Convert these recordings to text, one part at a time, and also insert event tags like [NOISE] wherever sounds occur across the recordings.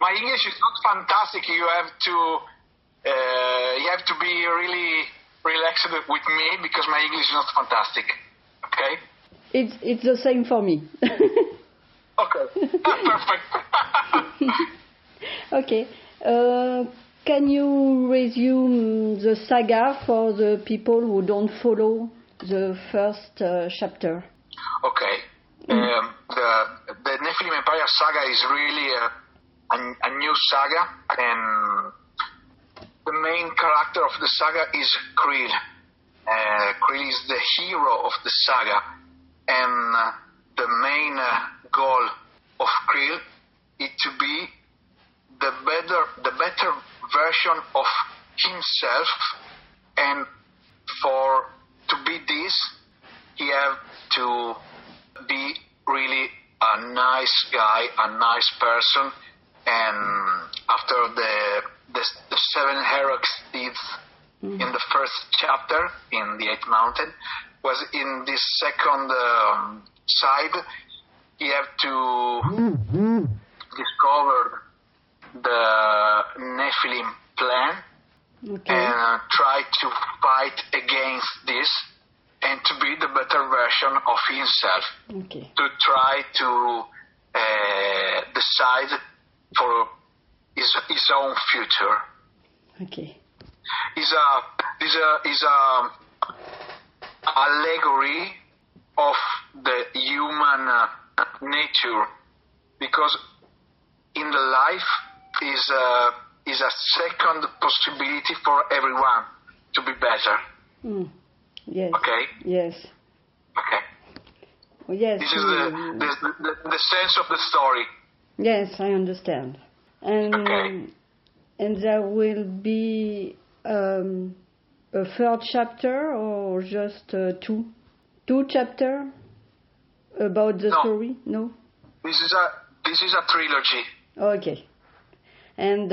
my English is not fantastic. You have to uh, you have to be really relaxed with me because my English is not fantastic. Okay. It's it's the same for me. [LAUGHS] Okay. Ah, [LAUGHS] perfect. [LAUGHS] okay. Uh, can you resume the saga for the people who don't follow the first uh, chapter? okay. Um, the the Nephilim Empire saga is really a, a, a new saga, and the main character of the saga is Krill. Uh, Krill is the hero of the saga, and uh, the main uh, goal of Krill is to be the better the better version of himself, and for to be this, he have to be really a nice guy, a nice person, and after the the, the seven heretics in the first chapter in the Eighth Mountain was in this second um, side. You have to discover the Nephilim plan Okay. and uh, try to fight against this and to be the better version of himself Okay. to try to uh, decide for his, his own future. Okay. Is a is a is a um, allegory of the human uh, nature because in the life is a is a second possibility for everyone to be better. Mm. Yes. Okay, Yes. okay. Yes. This is the, uh, the, the, the sense of the story. Yes, I understand. And um, Okay. and there will be um, a third chapter or just uh, two, two chapter about the No. story. No. This is a this is a trilogy. Okay. And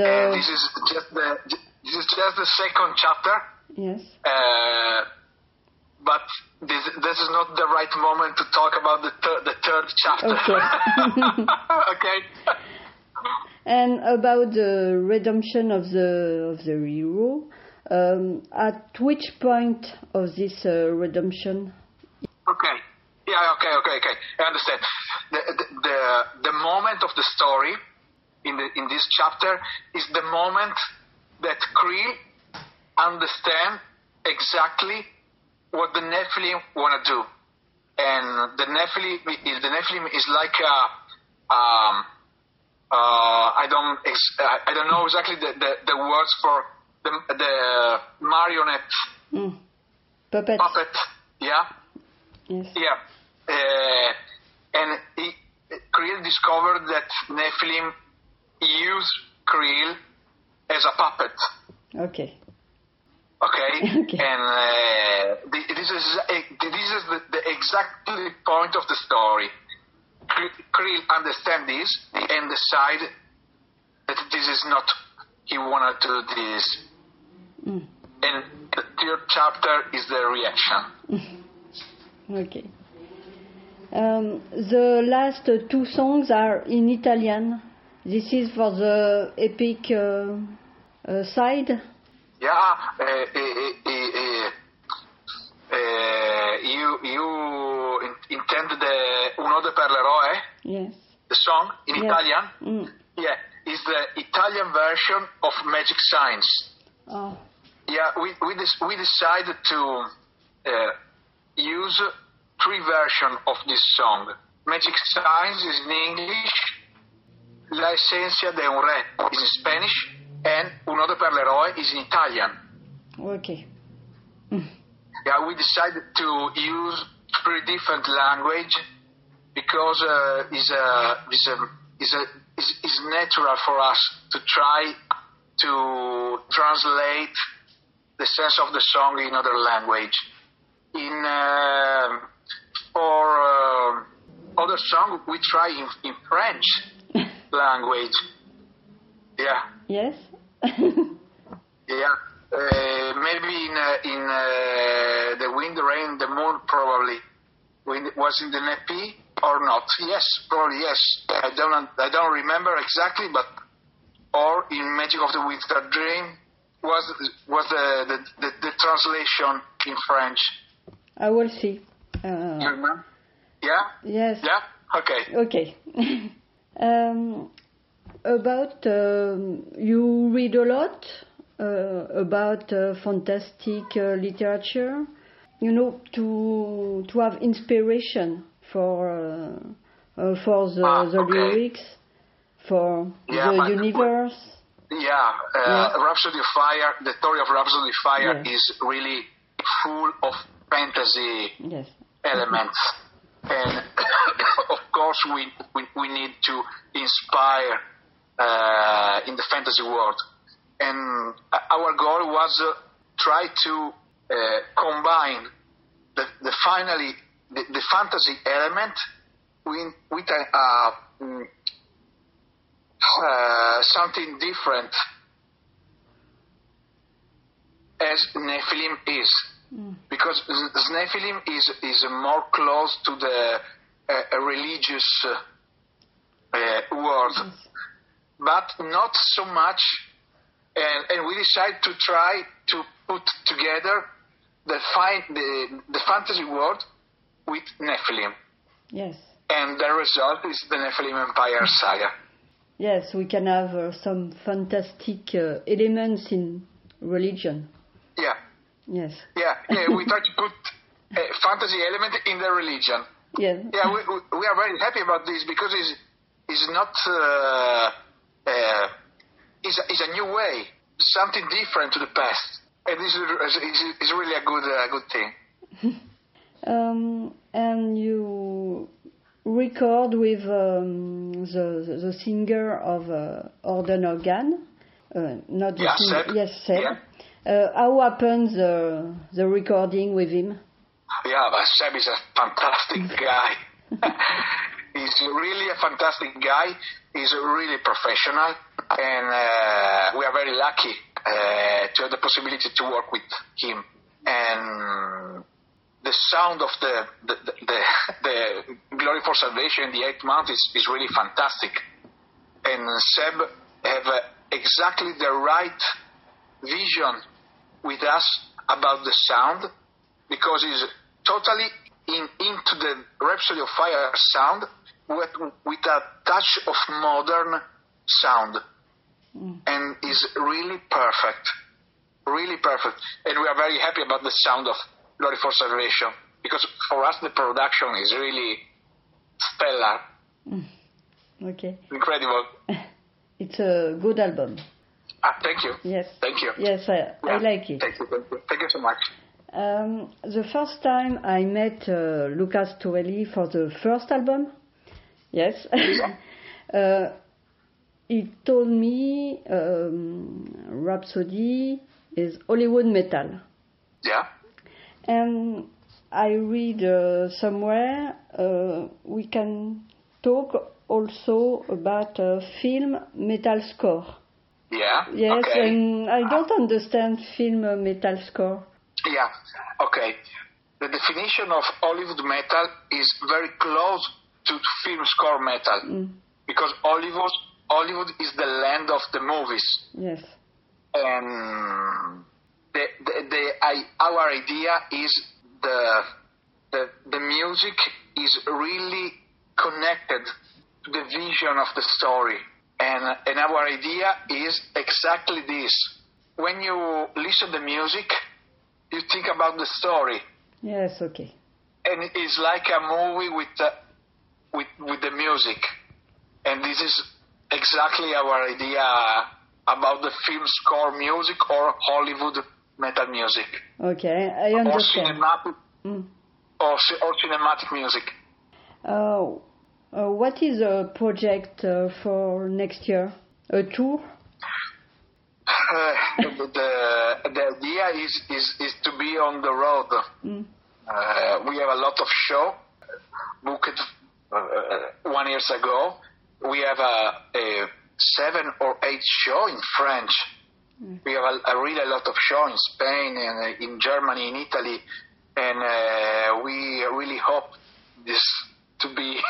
And uh, this is just the this is just the second chapter. yes. Uh, but this this is not the right moment to talk about the thir- the third chapter. Okay. [LAUGHS] okay. And about the redemption of the of the hero, um, at which point of this uh, redemption? Okay. Yeah. Okay. Okay. Okay. I understand. The, the the the moment of the story in the in this chapter is the moment that Creel understand exactly what the Nephilim want to do, and the Nephilim is the Nephilim is like a um uh I don't ex- I I don't know exactly the, the, the words for the the marionette Mm. Puppets. puppet. Yeah. Yes. Yeah. Uh, and he, Creel discovered that Nephilim used Creel as a puppet. Okay. Okay? Okay. And uh, thi- this is, this is the, the exactly point of the story. Cre- Creel understand this and decide that this is not, he wanted to do this. And the third chapter is the reaction. Okay. Um, the last uh, two songs are in Italian. This is for the epic uh, uh, side. Yeah, uh, eh, eh, eh, eh, eh, you, you in- intend the Un'Ode per l'Eroe, Yes. the song in Yes. Italian? Mm. Yeah, it's the Italian version of Magic Signs. Oh, Yeah, we, we, des- we decided to uh, use three versions of this song. Magic Signs is in English, La Essenza de un Re is in Spanish, and Un'Ode per l'Eroe is in Italian. okay. Yeah, we decided to use three different language because uh, is a is a is a is, is natural for us to try to translate the sense of the song in other language. In um for um other song, we try in, in French language. Yeah. Yes. [LAUGHS] Yeah, uh, maybe in uh, in uh, the wind, the rain, the moon, probably. Wind, was in the NEPI or not? Yes, probably yes. I don't I don't remember exactly, but or in Magic of the Wizard Dream was was the the, the, the translation in French. I will see. You Uh, remember? Yeah. yes. Yeah. Okay. Okay. [LAUGHS] um, about um, you read a lot uh, about uh, fantastic uh, literature. You know to to have inspiration for uh, uh, for the, Ah, the okay. lyrics, for Yeah, the but- universe. Yeah. Uh, Rhapsody of Fire. The story of Rhapsody of Fire Yeah. is really full of fantasy Yes. elements. And [COUGHS] of course, we, we, we need to inspire uh, in the fantasy world. And our goal was uh, try to uh, combine the, the finally the, the fantasy element with, with a, uh, mm, uh, something different as Nephilim is, because Z- Nephilim is is more close to the uh, religious uh, uh, world, Mm. but not so much. And, and we decide to try to put together the fi- the, the fantasy world with Nephilim, Yes. and the result is the Nephilim Empire Saga. Yes. We can have uh, some fantastic uh, elements in religion. Yeah, Yes. yeah, yeah. We try to put a fantasy element in the religion. Yes. Yeah, we, we- we are very happy about this because it's, it's not uh, uh, it's, a, it's a new way, something different to the past, and this is, is, is really a good uh, good thing. Um, and you record with um, the, the the singer of uh, Orden Organ, uh, not the Yeah, singer, Seb. yes, Seb. Yeah. Uh, how happened the the recording with him? Yeah, but Seb is a fantastic guy. He's really a fantastic guy. He's really professional, and uh, we are very lucky uh, to have the possibility to work with him. And the sound of the the, the, the, [LAUGHS] the glory for salvation in the eighth month is, is really fantastic. And Seb have uh, exactly the right vision with us about the sound because he's totally in, into the Rhapsody of Fire sound with, with a touch of modern sound. Mm. And is really perfect. Really perfect. And we are very happy about the sound of Glory for Salvation because for us the production is really stellar, Okay, incredible. it's a good album. Ah, thank you. Yes, Thank you. yes, I, I Yeah. like it. Thank you, thank you. Thank you so much. Um, the first time I met uh, Lucas Torelli for the first album, yes, [LAUGHS] uh, he told me um, Rhapsody is Hollywood metal. Yeah. And I read uh, somewhere uh, we can talk also about uh, film metal score. Yeah. Yes, okay. and I don't understand film uh, metal score. Yeah. Okay. The definition of Hollywood metal is very close to film score metal because Hollywood Hollywood is the land of the movies Yes, and Um, the, the, the I, our idea is the, the the music is really connected to the vision of the story and and our idea is exactly this when you listen to the music you think about the story yes, okay. and it's like a movie with the, with with the music, and this is exactly our idea about the film score music or Hollywood metal music Okay, I or understand. cinematic Mm. or, ci- or cinematic music. Uh, uh, what is the project uh, for next year? A tour? Uh, the the idea is, is, is to be on the road. Mm, Uh, we have a lot of show booked uh, one years ago. We have a, a seven or eight show in French. We have a, a really a lot of show in Spain and uh, in Germany, in Italy, and uh, we really hope this to [LAUGHS] be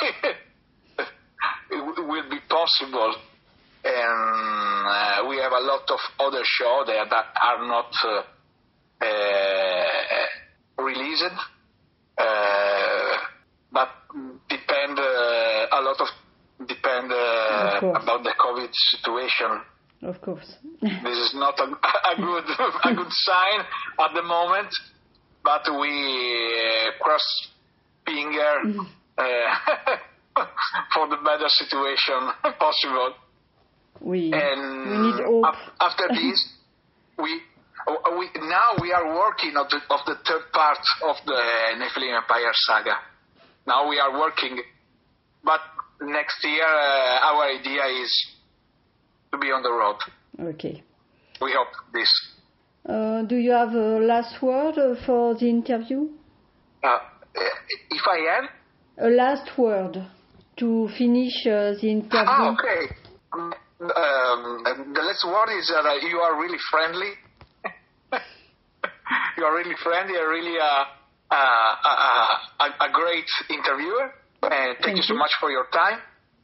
it will be possible and uh, have a lot of other shows that, that are not uh, uh, released, uh, but depend uh, a lot of depend uh, Of course. about the COVID situation. Of course. [LAUGHS] This is not a, [LAUGHS] a good a good sign at the moment, but we uh, cross finger Mm. uh, [LAUGHS] for the better situation [LAUGHS] possible. we And Mm. we need hope. af- after [LAUGHS] this, we, we now we are working on the, of the third part of the Nephilim Empire saga. Now we are working, but next year uh, our idea is to be on the road. okay. We hope this. Uh, do you have a last word uh, for the interview? Uh, if I am, A last word to finish uh, the interview. ah, okay. Um, um, the last word is that uh, you are really friendly. you are really friendly. [LAUGHS] You're really a, a, a, a, a great interviewer. And thank, Thank you so you. much for your time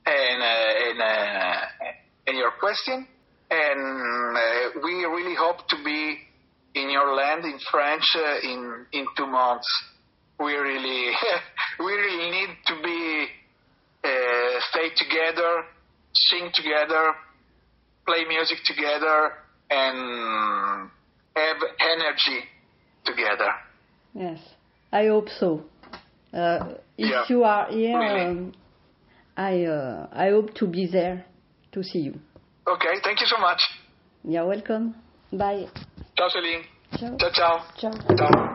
and uh, and, uh, and your question. And uh, we really hope to be in your land in France uh, in in two months. We really [LAUGHS] we really need to be uh, stay together, sing together, play music together, and have energy together. Yes, I hope so. Uh, if Yeah. you are here, Really. um, I uh, I hope to be there to see you. Okay, thank you so much. You're welcome. Bye. Ciao, Celine. Ciao. Ciao, ciao. Ciao. Ciao.